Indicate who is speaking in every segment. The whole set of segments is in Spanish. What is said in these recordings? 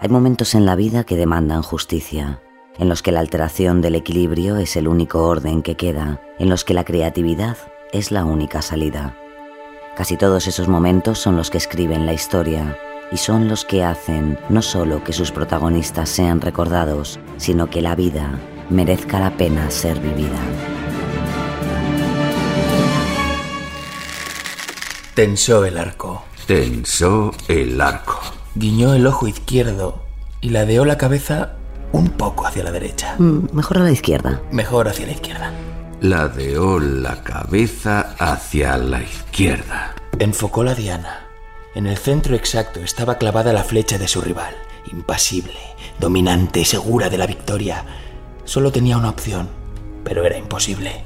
Speaker 1: Hay momentos en la vida que demandan justicia, en los que la alteración del equilibrio es el único orden que queda, en los que la creatividad es la única salida. Casi todos esos momentos son los que escriben la historia y son los que hacen no solo que sus protagonistas sean recordados, sino que la vida merezca la pena ser vivida.
Speaker 2: Tensó el arco,
Speaker 3: Tensó el arco.
Speaker 2: guiñó el ojo izquierdo y ladeó la cabeza un poco hacia la derecha,
Speaker 1: Mm, Mejor a la izquierda.
Speaker 2: mejor hacia la izquierda.
Speaker 3: Ladeó la cabeza hacia la izquierda.
Speaker 2: Enfocó la diana. En el centro exacto estaba clavada la flecha de su rival, impasible, dominante y segura de la victoria. Solo tenía una opción, pero era imposible.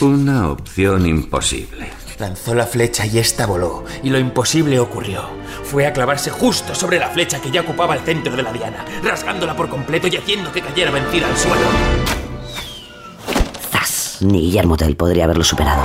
Speaker 3: Una opción imposible.
Speaker 2: Lanzó la flecha y ésta voló, y lo imposible ocurrió. Fue a clavarse justo sobre la flecha que ya ocupaba el centro de la diana, rasgándola por completo y haciendo que cayera vencida al suelo.
Speaker 1: ¡Zas! Ni Guillermo Tell podría haberlo superado.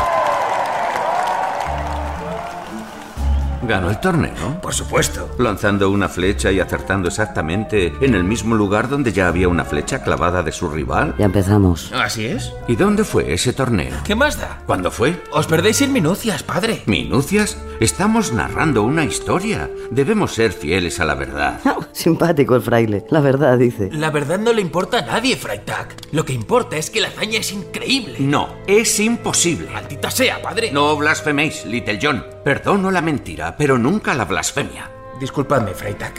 Speaker 3: Ganó el torneo,
Speaker 2: Por supuesto.
Speaker 3: lanzando una flecha y acertando exactamente en el mismo lugar donde ya había una flecha clavada de su rival.
Speaker 1: Ya empezamos.
Speaker 2: Así es.
Speaker 3: ¿Y dónde fue ese torneo?
Speaker 2: ¿Qué más da?
Speaker 3: ¿Cuándo fue?
Speaker 2: Os perdéis sin minucias, padre.
Speaker 3: ¿Minucias? Estamos narrando una historia. Debemos ser fieles a la verdad.
Speaker 1: Simpático el fraile, la verdad dice.
Speaker 2: La verdad no le importa a nadie, Freitag. Lo que importa es que la hazaña es increíble.
Speaker 3: No, es imposible.
Speaker 2: Maldita sea, padre.
Speaker 3: No blasfeméis, Little John. Perdono la mentira, pero nunca la blasfemia.
Speaker 2: Disculpadme, Freitag.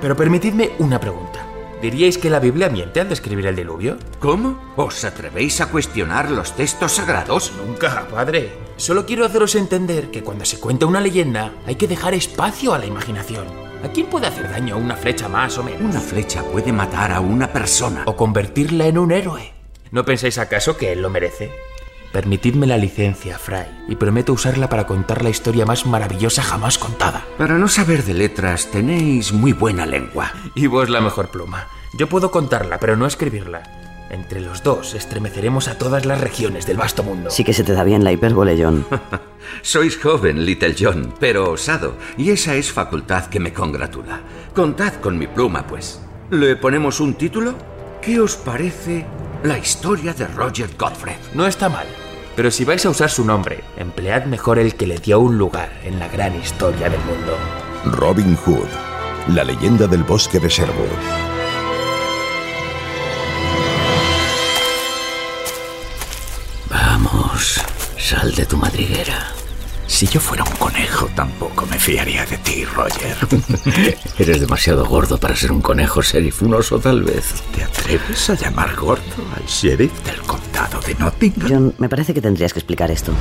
Speaker 2: Pero permitidme una pregunta. ¿Diríais que la Biblia miente al describir el diluvio?
Speaker 3: ¿Cómo? ¿Os atrevéis a cuestionar los textos sagrados?
Speaker 2: Nunca, padre. Solo quiero haceros entender que cuando se cuenta una leyenda hay que dejar espacio a la imaginación. ¿A quién puede hacer daño una flecha más o menos?
Speaker 3: Una flecha puede matar a una persona.
Speaker 2: o convertirla en un héroe. ¿No pensáis acaso que él lo merece? Permitidme la licencia, Fry, y prometo usarla para contar la historia más maravillosa jamás contada.
Speaker 3: Para no saber de letras, tenéis muy buena lengua.
Speaker 2: Y vos la mejor pluma. Yo puedo contarla, pero no escribirla. Entre los dos estremeceremos a todas las regiones del vasto mundo.
Speaker 1: Sí que se te da bien la hipérbole, John.
Speaker 3: Sois joven, Little John, pero osado, y esa es facultad que me congratula. Contad con mi pluma, pues. ¿Le ponemos un título? ¿Qué os parece la historia de Roger Godfred?
Speaker 2: No está mal. Pero si vais a usar su nombre, emplead mejor el que le dio un lugar en la gran historia del mundo.
Speaker 4: Robin Hood. La leyenda del bosque de Sherwood.
Speaker 5: Vamos, sal de tu madriguera. Si yo fuera un conejo, tampoco me fiaría de ti, Roger. Eres demasiado gordo para ser un conejo, sheriff. Un oso, tal vez. ¿Te atreves a llamar gordo al sheriff del condado de Nottingham?
Speaker 1: John, me parece que tendrías que explicar esto.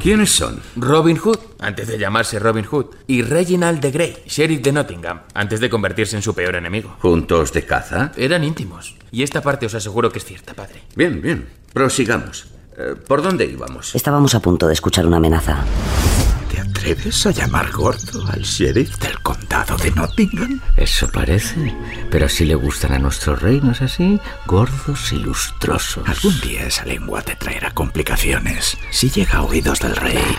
Speaker 3: ¿Quiénes son?
Speaker 2: Robin Hood, antes de llamarse Robin Hood, y Reginald de Grey, sheriff de Nottingham, antes de convertirse en su peor enemigo.
Speaker 3: ¿Juntos de caza?
Speaker 2: Eran íntimos. Y esta parte os aseguro que es cierta, padre.
Speaker 3: Bien, bien. Prosigamos. Eh, ¿Por dónde íbamos?
Speaker 1: Estábamos a punto de escuchar una amenaza.
Speaker 5: ¿Te atreves a llamar gordo al sheriff del condado de Nottingham?
Speaker 6: Eso parece, pero así le gustan a nuestro rey, ¿no es así? Gordos y lustrosos.
Speaker 5: Algún día esa lengua te traerá complicaciones. Si llega a oídos del rey,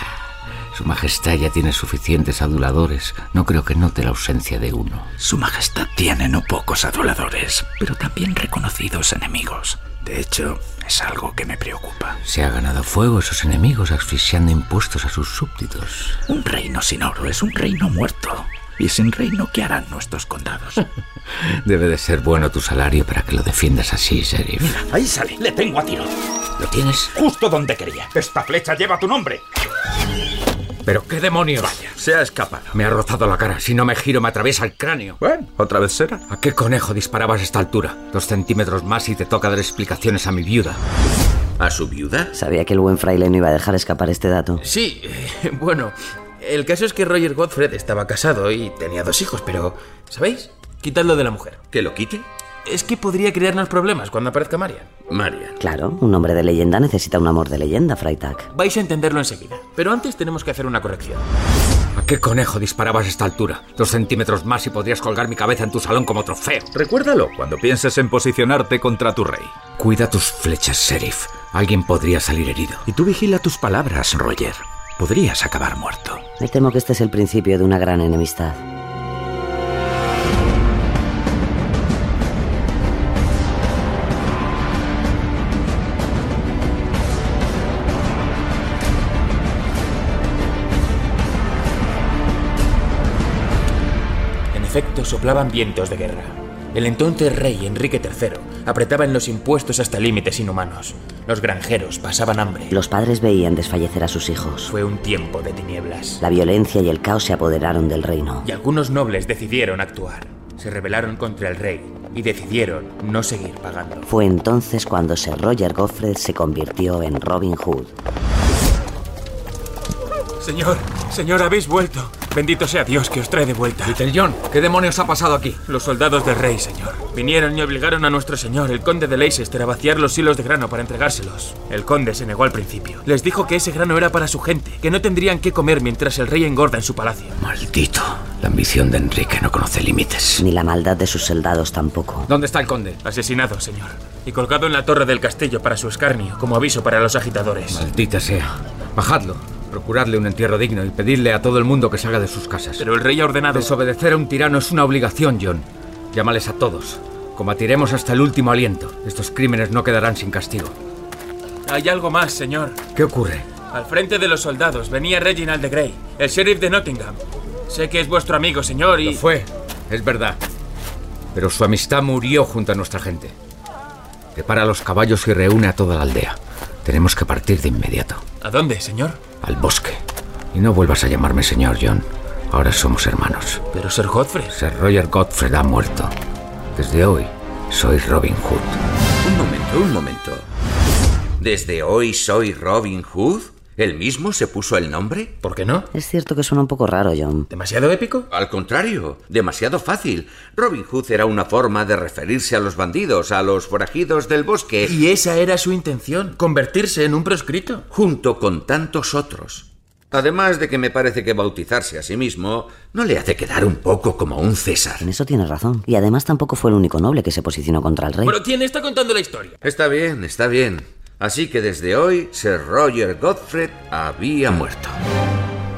Speaker 6: Su majestad ya tiene suficientes aduladores. No creo que note la ausencia de uno.
Speaker 5: Su Majestad tiene no pocos aduladores, pero también reconocidos enemigos. De hecho, es algo que me preocupa.
Speaker 6: Se ha ganado fuego esos enemigos asfixiando impuestos a sus súbditos.
Speaker 5: Un reino sin oro es un reino muerto. Y sin reino, ¿qué harán nuestros condados?
Speaker 6: Debe de ser bueno tu salario para que lo defiendas así, sheriff.
Speaker 7: Ahí sale, le tengo a tiro.
Speaker 6: ¿Lo tienes?
Speaker 7: Justo donde quería. Esta flecha lleva tu nombre.
Speaker 3: ¿Pero qué demonios?
Speaker 7: Se ha escapado.
Speaker 3: Me ha rozado la cara. Si no me giro, me atraviesa el cráneo.
Speaker 7: Bueno, otra vez será.
Speaker 3: ¿A qué conejo disparabas a esta altura? Dos centímetros más y te toca dar explicaciones a mi viuda.
Speaker 8: ¿A su viuda?
Speaker 1: Sabía que el buen fraile no iba a dejar escapar este dato.
Speaker 9: Sí, eh, bueno, el caso es que Roger Godfred estaba casado y tenía dos hijos, pero... ¿Sabéis? Quitadlo de la mujer.
Speaker 8: ¿Que lo quite?
Speaker 9: Es que podría crearnos problemas cuando aparezca Marian.
Speaker 8: Marian.
Speaker 1: Claro, un hombre de leyenda necesita un amor de leyenda, Freitag.
Speaker 9: Vais a entenderlo enseguida, pero antes tenemos que hacer una corrección.
Speaker 3: ¿A qué conejo disparabas a esta altura? Dos centímetros más y podrías colgar mi cabeza en tu salón como trofeo.
Speaker 7: Recuérdalo cuando pienses en posicionarte contra tu rey.
Speaker 3: Cuida tus flechas, sheriff. Alguien podría salir herido.
Speaker 10: Y tú vigila tus palabras, Roger. Podrías acabar muerto.
Speaker 1: Me temo que este es el principio de una gran enemistad.
Speaker 9: En efecto, soplaban vientos de guerra. El entonces rey Enrique III apretaba en los impuestos hasta límites inhumanos. Los granjeros pasaban hambre.
Speaker 1: Los padres veían desfallecer a sus hijos.
Speaker 9: Fue un tiempo de tinieblas.
Speaker 1: La violencia y el caos se apoderaron del reino.
Speaker 9: Y algunos nobles decidieron actuar. Se rebelaron contra el rey y decidieron no seguir pagando.
Speaker 1: Fue entonces cuando Sir Roger Godfred se convirtió en Robin Hood.
Speaker 2: Señor, señor, habéis vuelto. Bendito sea Dios que os trae de vuelta.
Speaker 3: Little John, ¿qué demonios ha pasado aquí?
Speaker 2: Los soldados del rey, señor. Vinieron y obligaron a nuestro señor, el conde de Leicester, a vaciar los hilos de grano para entregárselos. El conde se negó al principio. Les dijo que ese grano era para su gente, que no tendrían que comer mientras el rey engorda en su palacio.
Speaker 10: Maldito. La ambición de Enrique no conoce límites.
Speaker 1: Ni la maldad de sus soldados tampoco.
Speaker 3: ¿Dónde está el conde?
Speaker 2: Asesinado, señor. Y colgado en la torre del castillo para su escarnio, como aviso para los agitadores.
Speaker 3: Maldita sea. Bajadlo. Procuradle un entierro digno y pedidle a todo el mundo que salga de sus casas.
Speaker 2: Pero el rey ha ordenado...
Speaker 3: Desobedecer a un tirano es una obligación, John. Llámales a todos. Combatiremos hasta el último aliento. Estos crímenes no quedarán sin castigo.
Speaker 2: Hay algo más, señor.
Speaker 3: ¿Qué ocurre?
Speaker 2: Al frente de los soldados venía Reginald de Grey, el sheriff de Nottingham. Sé que es vuestro amigo, señor,
Speaker 3: Lo
Speaker 2: y...
Speaker 3: fue, es verdad. Pero su amistad murió junto a nuestra gente. Prepara los caballos y reúne a toda la aldea. Tenemos que partir de inmediato.
Speaker 2: ¿A dónde, señor?
Speaker 3: Al bosque. Y no vuelvas a llamarme señor John. Ahora somos hermanos.
Speaker 2: Pero Sir Godfrey.
Speaker 3: Sir Roger Godfrey ha muerto. Desde hoy, soy Robin Hood.
Speaker 8: Un momento, un momento. ¿Desde hoy soy Robin Hood? ¿El mismo se puso el nombre?
Speaker 9: ¿Por qué no?
Speaker 1: Es cierto que suena un poco raro, John.
Speaker 9: ¿Demasiado épico?
Speaker 8: Al contrario, demasiado fácil. Robin Hood era una forma de referirse a los bandidos, a los forajidos del bosque,
Speaker 9: Eh, Y esa era su intención, convertirse en un proscrito.
Speaker 8: junto con tantos otros. Además de que me parece que bautizarse a sí mismo no le hace quedar un poco como un César.
Speaker 1: En eso tiene razón. Y además tampoco fue el único noble que se posicionó contra el rey.
Speaker 2: ¿Pero quién está contando la historia?
Speaker 8: Está bien, está bien. Así que desde hoy, Sir Roger Godfred había muerto.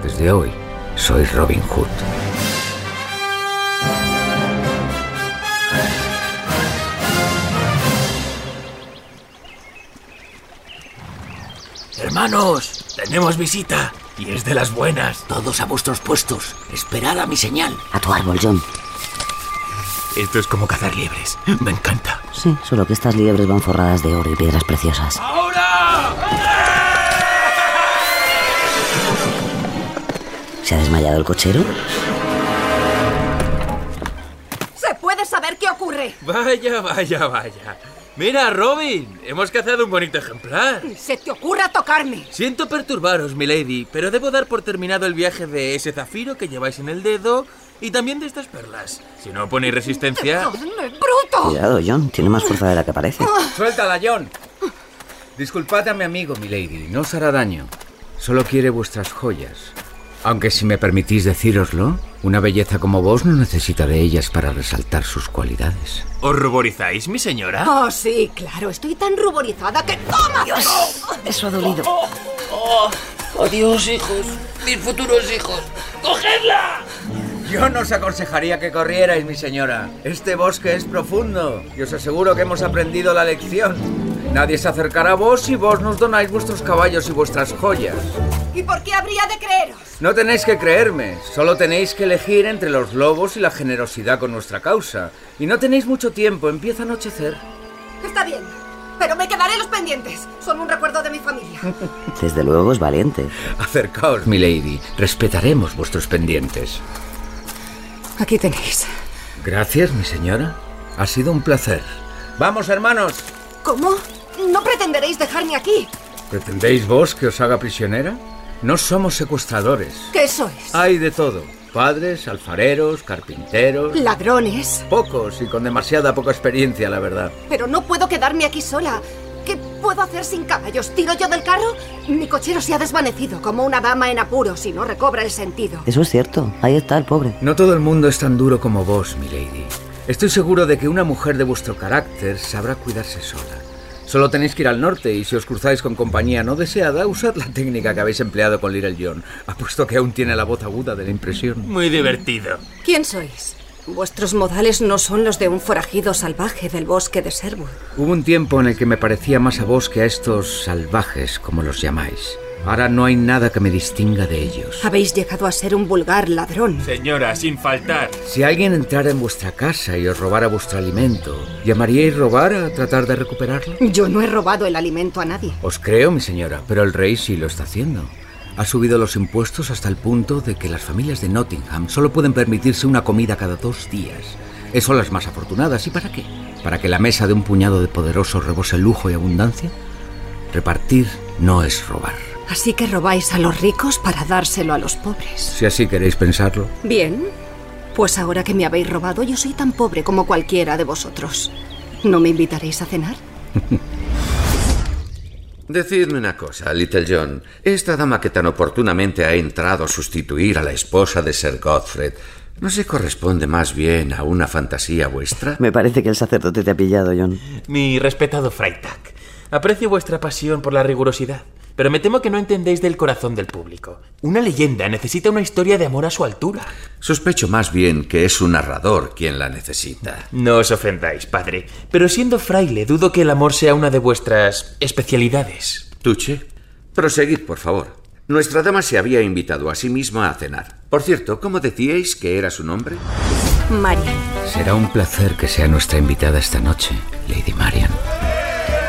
Speaker 3: Desde hoy, soy Robin Hood.
Speaker 9: Hermanos, tenemos visita. Y es de las buenas.
Speaker 10: Todos a vuestros puestos. Esperad a mi señal.
Speaker 1: A tu árbol, John.
Speaker 9: Esto es como cazar liebres. Me encanta.
Speaker 1: Sí, solo que estas liebres van forradas de oro y piedras preciosas. ¿Se ha desmayado el cochero?
Speaker 11: ¿Se puede saber qué ocurre?
Speaker 2: Vaya, vaya, vaya. Mira, Robin, hemos cazado un bonito ejemplar.
Speaker 11: Se te ocurra tocarme.
Speaker 2: Siento perturbaros, milady, pero debo dar por terminado el viaje de ese zafiro que lleváis en el dedo y también de estas perlas. Si no ponéis resistencia...
Speaker 11: ¡No es bruto!
Speaker 1: Cuidado, John. Tiene más fuerza de la que parece.
Speaker 3: ¡Suéltala, John! Disculpad a mi amigo, milady. No os hará daño. Solo quiere vuestras joyas. Aunque si me permitís decíroslo, una belleza como vos no necesita de ellas para resaltar sus cualidades.
Speaker 2: ¿Os ruborizáis, mi señora?
Speaker 9: Ah.
Speaker 11: Oh, sí, claro, estoy tan ruborizada que. ¡Toma!
Speaker 1: Eso ha dolido.
Speaker 12: Adiós, hijos. Mis futuros hijos. ¡Cogedla!
Speaker 3: Yo no os aconsejaría que corrierais, mi señora. Este bosque es profundo y os aseguro que hemos aprendido la lección. Nadie se acercará a vos si vos nos donáis vuestros caballos y vuestras joyas.
Speaker 11: ¿Y por qué habría de creeros?
Speaker 3: No tenéis que creerme, solo tenéis que elegir entre los lobos y la generosidad con nuestra causa. Y no tenéis mucho tiempo, empieza a anochecer.
Speaker 11: Está bien, pero me quedaré los pendientes. Son un recuerdo de mi familia.
Speaker 1: Desde luego es valiente.
Speaker 10: Acercaos, milady. Respetaremos vuestros pendientes.
Speaker 11: Aquí tenéis.
Speaker 3: Gracias, mi señora. Ha sido un placer. ¡Vamos, hermanos!
Speaker 11: ¿Cómo? No pretenderéis dejarme aquí.
Speaker 3: ¿Pretendéis vos que os haga prisionera? No somos secuestradores.
Speaker 11: ¿Qué sois?
Speaker 3: Hay de todo. Padres, alfareros, carpinteros.
Speaker 11: Ladrones.
Speaker 3: Pocos y con demasiada poca experiencia, la verdad.
Speaker 11: Pero no puedo quedarme aquí sola. ¿Qué puedo hacer sin caballos? ¿Tiro yo del carro? Mi cochero se ha desvanecido como una dama en apuros y no recobra el sentido.
Speaker 1: Eso es cierto. Ahí está el pobre.
Speaker 3: No todo el mundo es tan duro como vos, milady. Estoy seguro de que una mujer de vuestro carácter sabrá cuidarse sola. Solo tenéis que ir al norte y si os cruzáis con compañía no deseada, usad la técnica que habéis empleado con Little John. Apuesto que aún tiene la voz aguda de la impresión.
Speaker 2: Muy divertido.
Speaker 11: ¿Quién sois? Vuestros modales no son los de un forajido salvaje del bosque de Sherwood.
Speaker 3: Hubo un tiempo en el que me parecía más a vos que a estos salvajes, como los llamáis. Ahora no hay nada que me distinga de ellos.
Speaker 11: Habéis llegado a ser un vulgar ladrón.
Speaker 2: Señora, sin faltar.
Speaker 3: Si alguien entrara en vuestra casa y os robara vuestro alimento, ¿llamaríais robar a tratar de recuperarlo?
Speaker 11: Yo no he robado el alimento a nadie.
Speaker 3: Os creo, mi señora, pero el rey sí lo está haciendo. Ha subido los impuestos hasta el punto de que las familias de Nottingham solo pueden permitirse una comida cada dos días. Eso las más afortunadas. ¿Y para qué? ¿Para que la mesa de un puñado de poderosos rebose lujo y abundancia? Repartir no es robar.
Speaker 11: Así que robáis a los ricos para dárselo a los pobres.
Speaker 3: Si así queréis pensarlo.
Speaker 11: Bien. Pues ahora que me habéis robado, yo soy tan pobre como cualquiera de vosotros. ¿No me invitaréis a cenar?
Speaker 8: Decidme una cosa, Little John. Esta dama que tan oportunamente ha entrado a sustituir a la esposa de Sir Godfred, ¿no se corresponde más bien a una fantasía vuestra?
Speaker 1: Me parece que el sacerdote te ha pillado, John.
Speaker 2: Mi respetado Freitag, aprecio vuestra pasión por la rigurosidad, pero me temo que no entendéis del corazón del público. Una leyenda necesita una historia de amor a su altura.
Speaker 8: Sospecho más bien que es su narrador quien la necesita.
Speaker 2: No os ofendáis, padre, pero siendo fraile dudo que el amor sea una de vuestras especialidades.
Speaker 8: Tuche, proseguid, por favor. Nuestra dama se había invitado a sí misma a cenar. Por cierto, ¿cómo decíais que era su nombre?
Speaker 11: Marian.
Speaker 10: Será un placer que sea nuestra invitada esta noche, Lady Marian.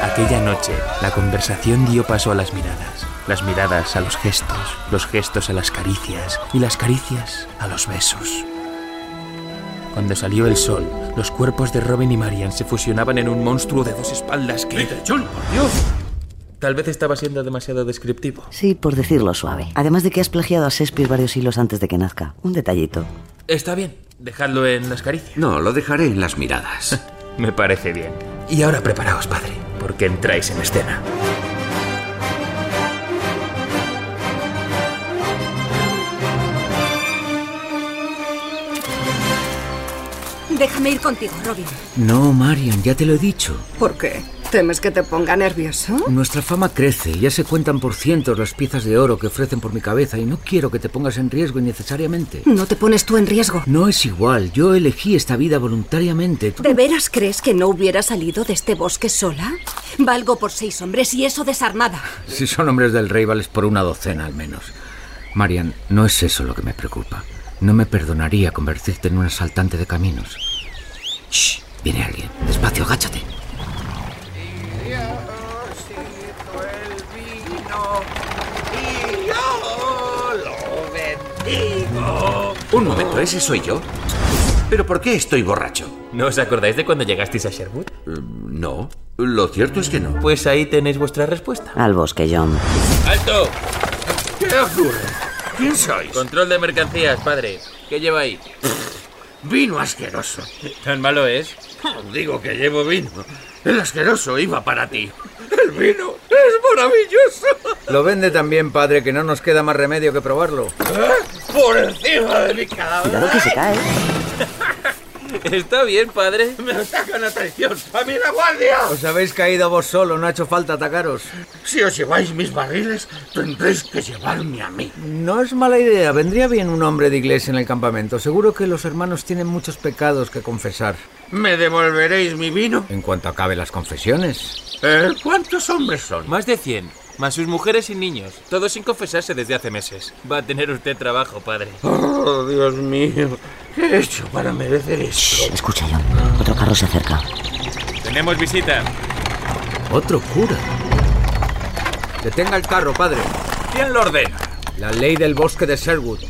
Speaker 2: Aquella noche, la conversación dio paso a las miradas, las miradas a los gestos, los gestos a las caricias y las caricias a los besos. Cuando salió el sol, los cuerpos de Robin y Marian se fusionaban en un monstruo de dos espaldas que...
Speaker 7: John, por Dios!
Speaker 2: Tal vez estaba siendo demasiado descriptivo.
Speaker 1: Sí, por decirlo suave. Además de que has plagiado a Shakespeare varios hilos antes de que nazca. Un detallito.
Speaker 2: Está bien, dejadlo en las caricias.
Speaker 8: No, lo dejaré en las miradas.
Speaker 2: Me parece bien. Y ahora preparaos, padre, porque entráis en escena.
Speaker 11: Déjame ir contigo, Robin.
Speaker 3: No, Marian, ya te lo he dicho.
Speaker 11: ¿Por qué? ¿Temes que te ponga nervioso?
Speaker 3: Nuestra fama crece, ya se cuentan por cientos las piezas de oro que ofrecen por mi cabeza y no quiero que te pongas en riesgo innecesariamente.
Speaker 11: No te pones tú en riesgo.
Speaker 3: No es igual, yo elegí esta vida voluntariamente. Tú-
Speaker 11: ¿De veras crees que no hubiera salido de este bosque sola? Valgo por seis hombres y eso desarmada.
Speaker 3: Si son hombres del rey, vales por una docena al menos. Marian, no es eso lo que me preocupa. No me perdonaría convertirte en un asaltante de caminos. Shh, viene alguien. Despacio, agáchate.
Speaker 8: Un momento, ¿ese soy yo? ¿Pero por qué estoy borracho?
Speaker 2: ¿No os acordáis de cuando llegasteis a Sherwood?
Speaker 8: No, lo cierto es que no.
Speaker 2: Pues ahí tenéis vuestra respuesta.
Speaker 1: Al bosque, John.
Speaker 2: ¡Alto!
Speaker 7: ¿Qué ocurre? ¿Quién sois?
Speaker 2: Control de mercancías, padre. ¿Qué lleva ahí?
Speaker 7: Vino asqueroso.
Speaker 2: ¿Tan malo es?
Speaker 7: Digo que llevo vino. El asqueroso iba para ti. El vino es maravilloso.
Speaker 3: Lo vende también, padre, que no nos queda más remedio que probarlo.
Speaker 7: Por encima de mi cadáver.
Speaker 1: Cuidado que se cae.
Speaker 2: Está bien, padre.
Speaker 7: Me atacan a traición. ¡A mí la guardia!
Speaker 3: Os habéis caído vos solo, no ha hecho falta atacaros.
Speaker 7: Si os lleváis mis barriles, tendréis que llevarme a mí.
Speaker 3: No es mala idea, vendría bien un hombre de iglesia en el campamento. Seguro que los hermanos tienen muchos pecados que confesar.
Speaker 7: ¿Me devolveréis mi vino?
Speaker 3: En cuanto acabe las confesiones.
Speaker 7: ¿Eh? ¿Cuántos hombres son?
Speaker 2: Más de 100. Más sus mujeres y niños. Todos sin confesarse desde hace meses. Va a tener usted trabajo, padre.
Speaker 7: Oh, Dios mío. ¿Qué he hecho para merecer esto?
Speaker 1: Shh, escucha, John. Otro carro se acerca.
Speaker 2: Tenemos visita.
Speaker 3: Otro cura. Detenga el carro, padre.
Speaker 13: ¿Quién lo ordena?
Speaker 3: La ley del bosque de Sherwood.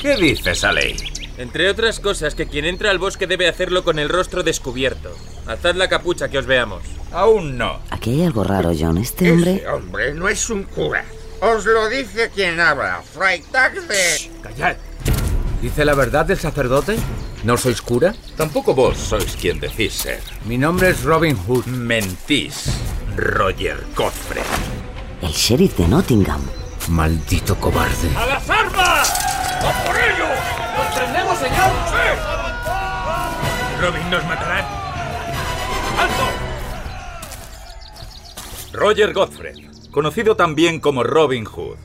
Speaker 13: ¿Qué dice esa ley?
Speaker 2: Entre otras cosas, que quien entra al bosque debe hacerlo con el rostro descubierto. Atad la capucha que os veamos.
Speaker 13: Aún no.
Speaker 1: Aquí hay algo raro, John. Este hombre...
Speaker 14: Ese hombre no es un cura. Os lo dice quien habla, Fray Tag de...
Speaker 3: ¡Callad! ¿Dice la verdad el sacerdote? ¿No sois cura?
Speaker 13: Tampoco vos sois quien decís ser.
Speaker 3: Mi nombre es Robin Hood.
Speaker 13: Mentís, Roger Godfrey.
Speaker 1: El sheriff de Nottingham.
Speaker 3: Maldito cobarde.
Speaker 7: ¡A las armas! ¡A por ellos! ¿Nos prendemos, señor? ¡Sí!
Speaker 2: Robin, nos matarán.
Speaker 7: ¡Alto!
Speaker 13: Roger Godfrey, conocido también como Robin Hood.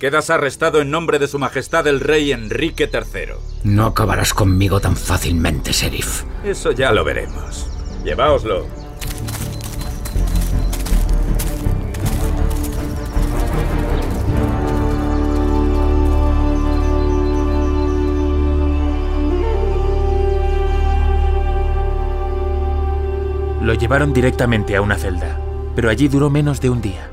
Speaker 13: Quedas arrestado en nombre de Su Majestad el Rey Enrique III.
Speaker 3: No acabarás conmigo tan fácilmente, sheriff.
Speaker 13: Eso ya lo veremos. Lleváoslo.
Speaker 2: Lo llevaron directamente a una celda, pero allí duró menos de un día.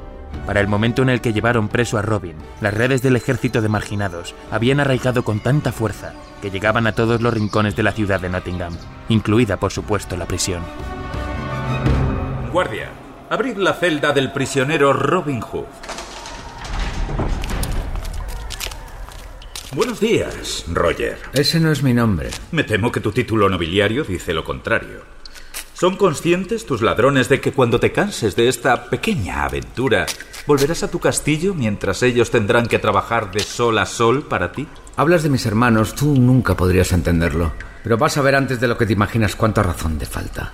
Speaker 2: Para el momento en el que llevaron preso a Robin, las redes del ejército de marginados habían arraigado con tanta fuerza que llegaban a todos los rincones de la ciudad de Nottingham, incluida por supuesto la prisión.
Speaker 13: Guardia, abrid la celda del prisionero Robin Hood. Buenos días, Roger.
Speaker 3: Ese no es mi nombre.
Speaker 13: Me temo que tu título nobiliario dice lo contrario. ¿Son conscientes tus ladrones de que cuando te canses de esta pequeña aventura, volverás a tu castillo mientras ellos tendrán que trabajar de sol a sol para ti?
Speaker 3: Hablas de mis hermanos, tú nunca podrías entenderlo. Pero vas a ver antes de lo que te imaginas cuánta razón te falta.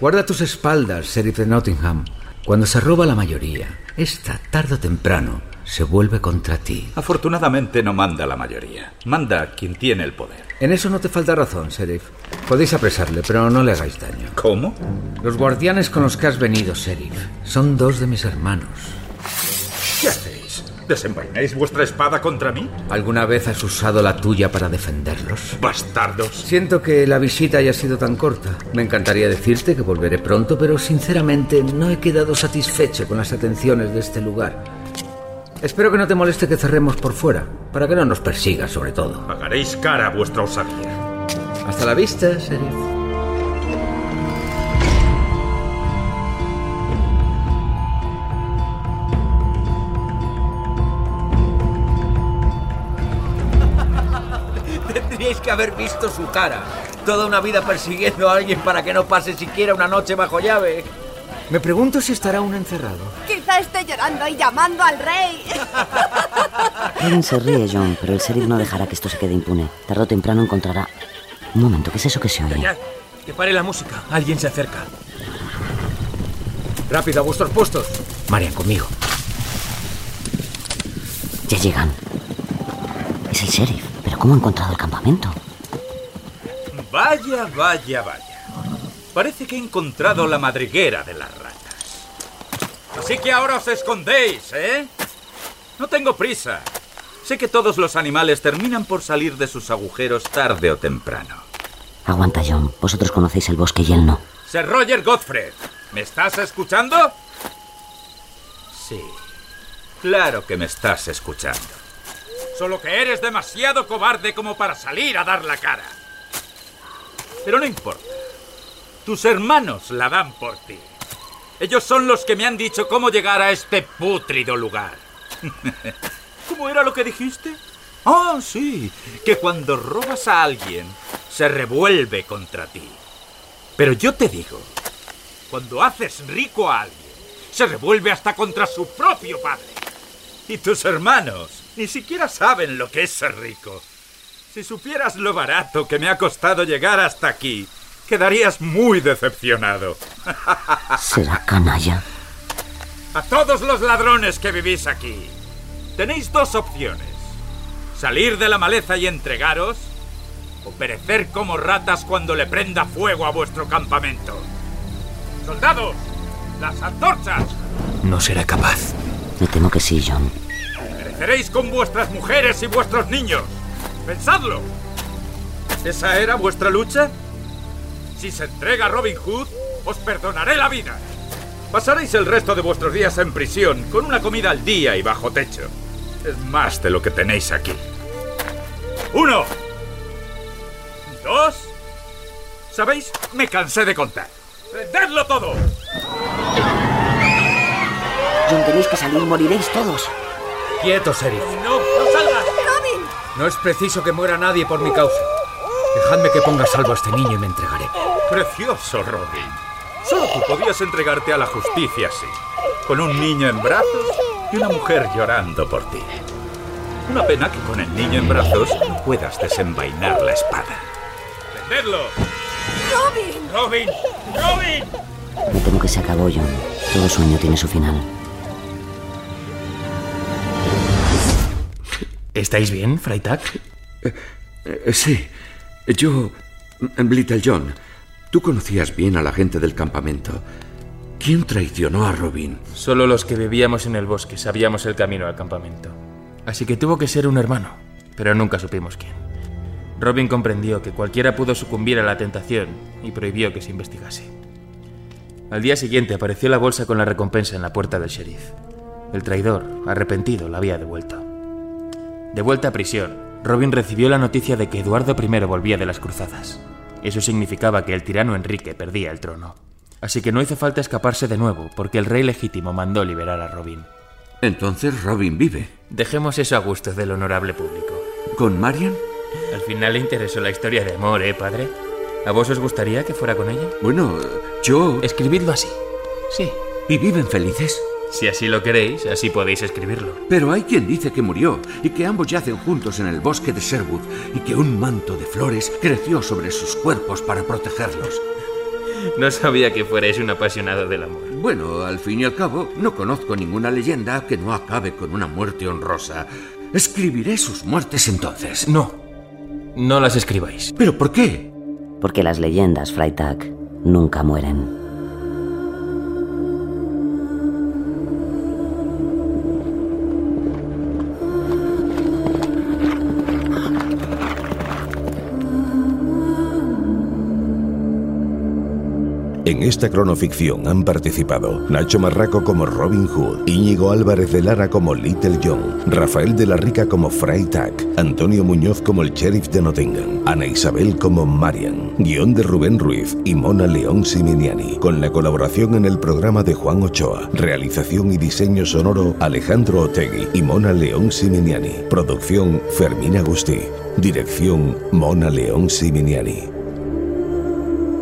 Speaker 3: Guarda tus espaldas, sheriff de Nottingham. Cuando se roba la mayoría, esta, tarde o temprano, se vuelve contra ti.
Speaker 13: Afortunadamente no manda la mayoría. Manda quien tiene el poder.
Speaker 3: En eso no te falta razón, sheriff. Podéis apresarle, pero no le hagáis daño.
Speaker 13: ¿Cómo?
Speaker 3: Los guardianes con los que has venido, sheriff, son dos de mis hermanos.
Speaker 13: ¿Qué hacéis? ¿Desenvaináis vuestra espada contra mí?
Speaker 3: ¿Alguna vez has usado la tuya para defenderlos?
Speaker 13: Bastardos.
Speaker 3: Siento que la visita haya sido tan corta. Me encantaría decirte que volveré pronto, pero sinceramente no he quedado satisfecho con las atenciones de este lugar. Espero que no te moleste que cerremos por fuera, para que no nos persiga sobre todo.
Speaker 13: Pagaréis cara a vuestra osadía.
Speaker 3: Hasta la vista, sheriff.
Speaker 15: Tendríais que haber visto su cara. Toda una vida persiguiendo a alguien para que no pase siquiera una noche bajo llave.
Speaker 3: Me pregunto si estará aún encerrado.
Speaker 11: Quizá esté llorando y llamando al rey.
Speaker 1: Robin se ríe, John, pero el sheriff no dejará que esto se quede impune. Tarde o temprano encontrará... Un momento, ¿qué es eso que se oye?
Speaker 2: Callad, que pare la música. Alguien se acerca.
Speaker 3: Rápido, a vuestros puestos. Marian, conmigo.
Speaker 1: Ya llegan. Es el sheriff, pero ¿cómo ha encontrado el campamento?
Speaker 13: Vaya, vaya, vaya. Parece que he encontrado la madriguera de las ratas. Así que ahora os escondéis, ¿eh? No tengo prisa. Sé que todos los animales terminan por salir de sus agujeros tarde o temprano.
Speaker 1: Aguanta, John. Vosotros conocéis el bosque y él no.
Speaker 13: Sir Roger Godfrey, ¿me estás escuchando? Sí. Claro que me estás escuchando. Solo que eres demasiado cobarde como para salir a dar la cara. Pero no importa. Tus hermanos la dan por ti. Ellos son los que me han dicho cómo llegar a este pútrido lugar. ¿Cómo era lo que dijiste? Ah, sí, que cuando robas a alguien, se revuelve contra ti. Pero yo te digo, cuando haces rico a alguien, se revuelve hasta contra su propio padre. Y tus hermanos ni siquiera saben lo que es ser rico. Si supieras lo barato que me ha costado llegar hasta aquí, quedarías muy decepcionado.
Speaker 1: ¿Será canalla?
Speaker 13: A todos los ladrones que vivís aquí, tenéis dos opciones. Salir de la maleza y entregaros, o perecer como ratas cuando le prenda fuego a vuestro campamento. ¡Soldados! ¡Las antorchas!
Speaker 9: No será capaz.
Speaker 1: Me temo que sí, John.
Speaker 13: Pereceréis con vuestras mujeres y vuestros niños. ¡Pensadlo! ¿Esa era vuestra lucha? Si se entrega Robin Hood, os perdonaré la vida. Pasaréis el resto de vuestros días en prisión, con una comida al día y bajo techo. Es más de lo que tenéis aquí. ¡Uno! ¡Dos! ¿Sabéis? Me cansé de contar. ¡Prendedlo todo!
Speaker 16: John, tenéis que salir, moriréis todos.
Speaker 3: Quieto, Serif.
Speaker 13: ¡No! ¡No salgas!
Speaker 11: ¡Robin!
Speaker 3: No es preciso que muera nadie por mi causa. Dejadme que ponga a salvo a este niño y me entregaré.
Speaker 13: Precioso, Robin. Solo tú podías entregarte a la justicia así, con un niño en brazos y una mujer llorando por ti. Una pena que con el niño en brazos no puedas desenvainar la espada. ¡Prendedlo!
Speaker 11: ¡Robin!
Speaker 13: ¡Robin! ¡Robin!
Speaker 1: Me temo que se acabó, John. Todo sueño tiene su final.
Speaker 2: ¿Estáis bien, Freitag?
Speaker 8: Eh, Sí, yo... mm, Little John, tú conocías bien a la gente del campamento. ¿Quién traicionó a Robin?
Speaker 2: Solo los que vivíamos en el bosque sabíamos el camino al campamento. Así que tuvo que ser un hermano, pero nunca supimos quién. Robin comprendió que cualquiera pudo sucumbir a la tentación y prohibió que se investigase. Al día siguiente apareció la bolsa con la recompensa en la puerta del sheriff. El traidor, arrepentido, la había devuelto. De vuelta a prisión, Robin recibió la noticia de que Eduardo I volvía de las cruzadas. Eso significaba que el tirano Enrique perdía el trono. Así que no hizo falta escaparse de nuevo, porque el rey legítimo mandó liberar a Robin.
Speaker 8: Entonces Robin vive.
Speaker 2: Dejemos eso a gusto del honorable público.
Speaker 8: ¿Con Marian?
Speaker 2: Al final le interesó la historia de amor, ¿eh, padre? ¿A vos os gustaría que fuera con ella?
Speaker 8: Bueno, yo...
Speaker 2: Escribidlo así. Sí.
Speaker 8: ¿Y viven felices?
Speaker 2: Si así lo queréis, así podéis escribirlo.
Speaker 8: Pero hay quien dice que murió y que ambos yacen juntos en el bosque de Sherwood y que un manto de flores creció sobre sus cuerpos para protegerlos.
Speaker 2: No sabía que fuerais un apasionado del amor.
Speaker 8: Bueno, al fin y al cabo, no conozco ninguna leyenda que no acabe con una muerte honrosa. Escribiré sus muertes entonces.
Speaker 2: No, no las escribáis.
Speaker 8: ¿Pero por qué?
Speaker 1: Porque las leyendas, Freitag, nunca mueren.
Speaker 5: En esta cronoficción han participado Nacho Marraco como Robin Hood, Íñigo Álvarez de Lara como Little John, Rafael de la Rica como Freitag, Antonio Muñoz como el sheriff de Nottingham, Ana Isabel como Marian, guión de Rubén Ruiz y Mona León Siminiani, con la colaboración en el programa de Juan Ochoa, realización y diseño sonoro Alejandro Otegui y Mona León Siminiani, producción Fermín Agustí, dirección Mona León Siminiani.